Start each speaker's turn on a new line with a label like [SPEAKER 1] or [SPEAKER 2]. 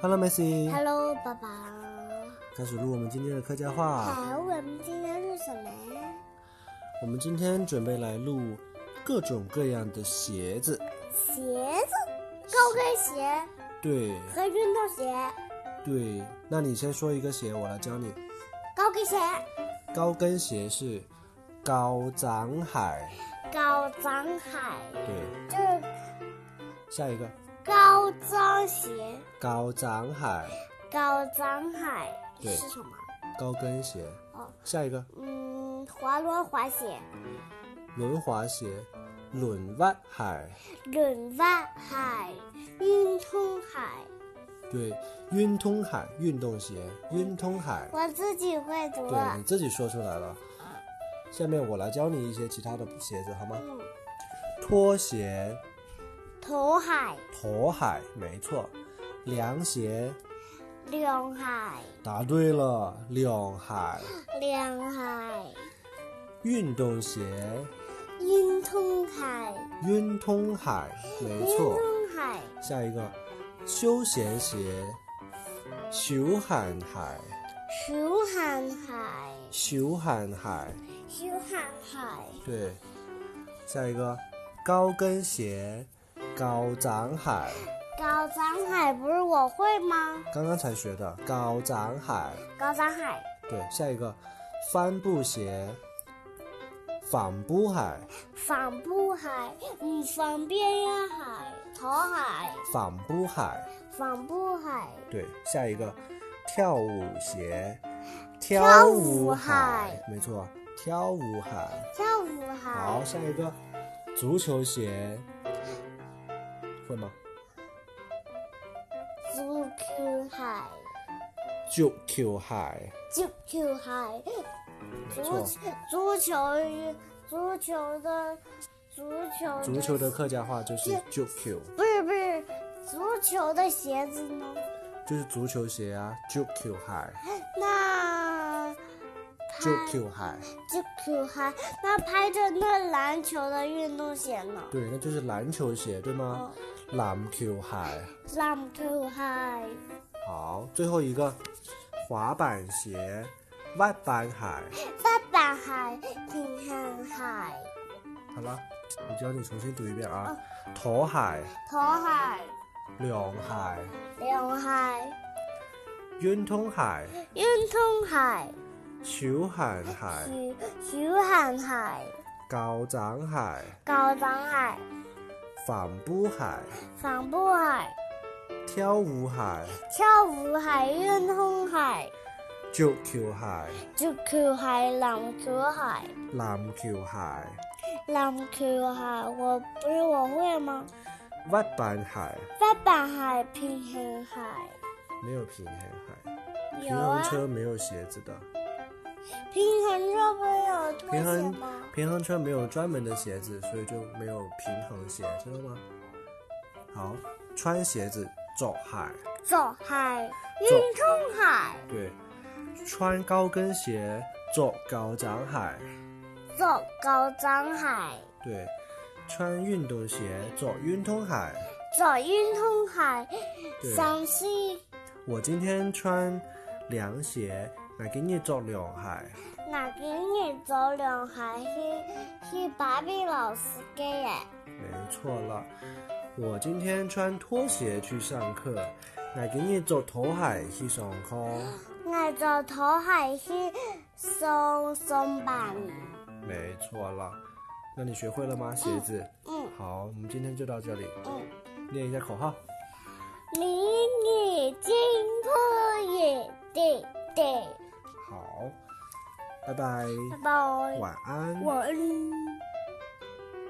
[SPEAKER 1] Hello Messi，
[SPEAKER 2] Hello，爸爸。
[SPEAKER 1] 开始录我们今天的客家话。
[SPEAKER 2] 好，我们今天录什么呀？
[SPEAKER 1] 我们今天准备来录各种各样的鞋子，
[SPEAKER 2] 鞋子，高跟鞋
[SPEAKER 1] 对
[SPEAKER 2] 和运动鞋。
[SPEAKER 1] 对。那你先说一个鞋，我来教你。
[SPEAKER 2] 高跟鞋，
[SPEAKER 1] 高跟鞋是高掌海，
[SPEAKER 2] 高踭海，
[SPEAKER 1] 对。
[SPEAKER 2] 就是
[SPEAKER 1] 下一个
[SPEAKER 2] 高踭鞋，
[SPEAKER 1] 高掌海，
[SPEAKER 2] 高踭海
[SPEAKER 1] 对
[SPEAKER 2] 是什么？
[SPEAKER 1] 高跟鞋。
[SPEAKER 2] 哦，
[SPEAKER 1] 下一个
[SPEAKER 2] 嗯，滑轮滑鞋，
[SPEAKER 1] 轮滑鞋，轮滑海，
[SPEAKER 2] 轮滑海，运动海。
[SPEAKER 1] 对。运通海运动鞋，运通海。
[SPEAKER 2] 我自己会读
[SPEAKER 1] 对，你自己说出来了。下面我来教你一些其他的鞋子好吗？
[SPEAKER 2] 嗯，
[SPEAKER 1] 拖鞋、
[SPEAKER 2] 头海、
[SPEAKER 1] 驼海，没错。凉鞋，
[SPEAKER 2] 两海、
[SPEAKER 1] 答对了，两海。
[SPEAKER 2] 两海、
[SPEAKER 1] 运动鞋，
[SPEAKER 2] 运动海、
[SPEAKER 1] 运通海，没
[SPEAKER 2] 运
[SPEAKER 1] 错。
[SPEAKER 2] 动海、
[SPEAKER 1] 下一个，休闲鞋，休闲海，
[SPEAKER 2] 手喊海、
[SPEAKER 1] 休闲海，
[SPEAKER 2] 手喊海、
[SPEAKER 1] 对。下一个，高跟鞋，高掌海，
[SPEAKER 2] 高张海不是我会吗？
[SPEAKER 1] 刚刚才学的高掌海。
[SPEAKER 2] 高张海、
[SPEAKER 1] 对，下一个帆布鞋，帆布鞋，
[SPEAKER 2] 帆布海、嗯，帆边呀海、头海、
[SPEAKER 1] 帆布鞋。
[SPEAKER 2] 帆布海、
[SPEAKER 1] 对，下一个跳舞鞋，
[SPEAKER 2] 跳
[SPEAKER 1] 舞
[SPEAKER 2] 舞
[SPEAKER 1] 鞋
[SPEAKER 2] 鞋，
[SPEAKER 1] 没错，跳舞鞋。
[SPEAKER 2] 跳舞海
[SPEAKER 1] 好，、下一个足球鞋，会吗？
[SPEAKER 2] 足球海、
[SPEAKER 1] 足球鞋，
[SPEAKER 2] 足球海、
[SPEAKER 1] 没
[SPEAKER 2] 足
[SPEAKER 1] 错。
[SPEAKER 2] 足球足球的足球
[SPEAKER 1] 足球的客家话就是足球，
[SPEAKER 2] 不是不是足球的鞋子呢？
[SPEAKER 1] 就是足球鞋啊，足球鞋，
[SPEAKER 2] 那
[SPEAKER 1] 足球鞋。
[SPEAKER 2] 这可还那拍着那篮球的运动鞋呢？
[SPEAKER 1] 对，那就是篮球鞋，对吗？
[SPEAKER 2] 哦
[SPEAKER 1] 篮球鞋。
[SPEAKER 2] 篮球鞋、
[SPEAKER 1] 好，最后一个滑板鞋、外板海。
[SPEAKER 2] 翻板鞋、平衡鞋、
[SPEAKER 1] 好了，我教你重新读一遍
[SPEAKER 2] 哦
[SPEAKER 1] 啊。驼海、
[SPEAKER 2] 头鞋、
[SPEAKER 1] 两海、
[SPEAKER 2] 凉鞋、
[SPEAKER 1] 运通海、
[SPEAKER 2] 运动鞋、
[SPEAKER 1] 小寒海、
[SPEAKER 2] 球球鞋鞋、
[SPEAKER 1] 高掌海、
[SPEAKER 2] 高踭鞋、
[SPEAKER 1] 帆布海、
[SPEAKER 2] 帆布鞋、
[SPEAKER 1] 跳舞海、
[SPEAKER 2] 跳舞鞋、运动鞋、
[SPEAKER 1] 足球鞋、
[SPEAKER 2] 足球鞋、篮球鞋、
[SPEAKER 1] 篮球鞋、
[SPEAKER 2] 篮球鞋，我不是我会吗？
[SPEAKER 1] 滑板海，
[SPEAKER 2] 翻板鞋、平衡鞋，
[SPEAKER 1] 没有平衡海。
[SPEAKER 2] 有
[SPEAKER 1] 平衡
[SPEAKER 2] 啊。
[SPEAKER 1] 车没有鞋子的，
[SPEAKER 2] 平衡车不是有啊拖
[SPEAKER 1] 平
[SPEAKER 2] 鞋
[SPEAKER 1] 衡
[SPEAKER 2] 吗？
[SPEAKER 1] 平衡车没有专门的鞋子，所以就没有平衡鞋，知道吗？好，穿鞋子走海，
[SPEAKER 2] 走海、运动海、
[SPEAKER 1] 对，穿高跟鞋走高掌海，
[SPEAKER 2] 走高张海、
[SPEAKER 1] 对，穿运动鞋走运动海。
[SPEAKER 2] 走运动海
[SPEAKER 1] 对，
[SPEAKER 2] 详细
[SPEAKER 1] 我今天穿凉鞋，来给你走凉海。
[SPEAKER 2] 那给你走两海是是芭比老师给耶，
[SPEAKER 1] 没错了，我今天穿拖鞋去上课，来给你走头海去上课。
[SPEAKER 2] 我走头海是松松板。
[SPEAKER 1] 没错了，那你学会了吗？鞋子。
[SPEAKER 2] 嗯
[SPEAKER 1] 好，我们今天就到这里，
[SPEAKER 2] 嗯，
[SPEAKER 1] 念一下口号。
[SPEAKER 2] 迷你金兔也弟弟，
[SPEAKER 1] 好，拜拜，
[SPEAKER 2] 拜拜，
[SPEAKER 1] 晚安。
[SPEAKER 2] 晚安。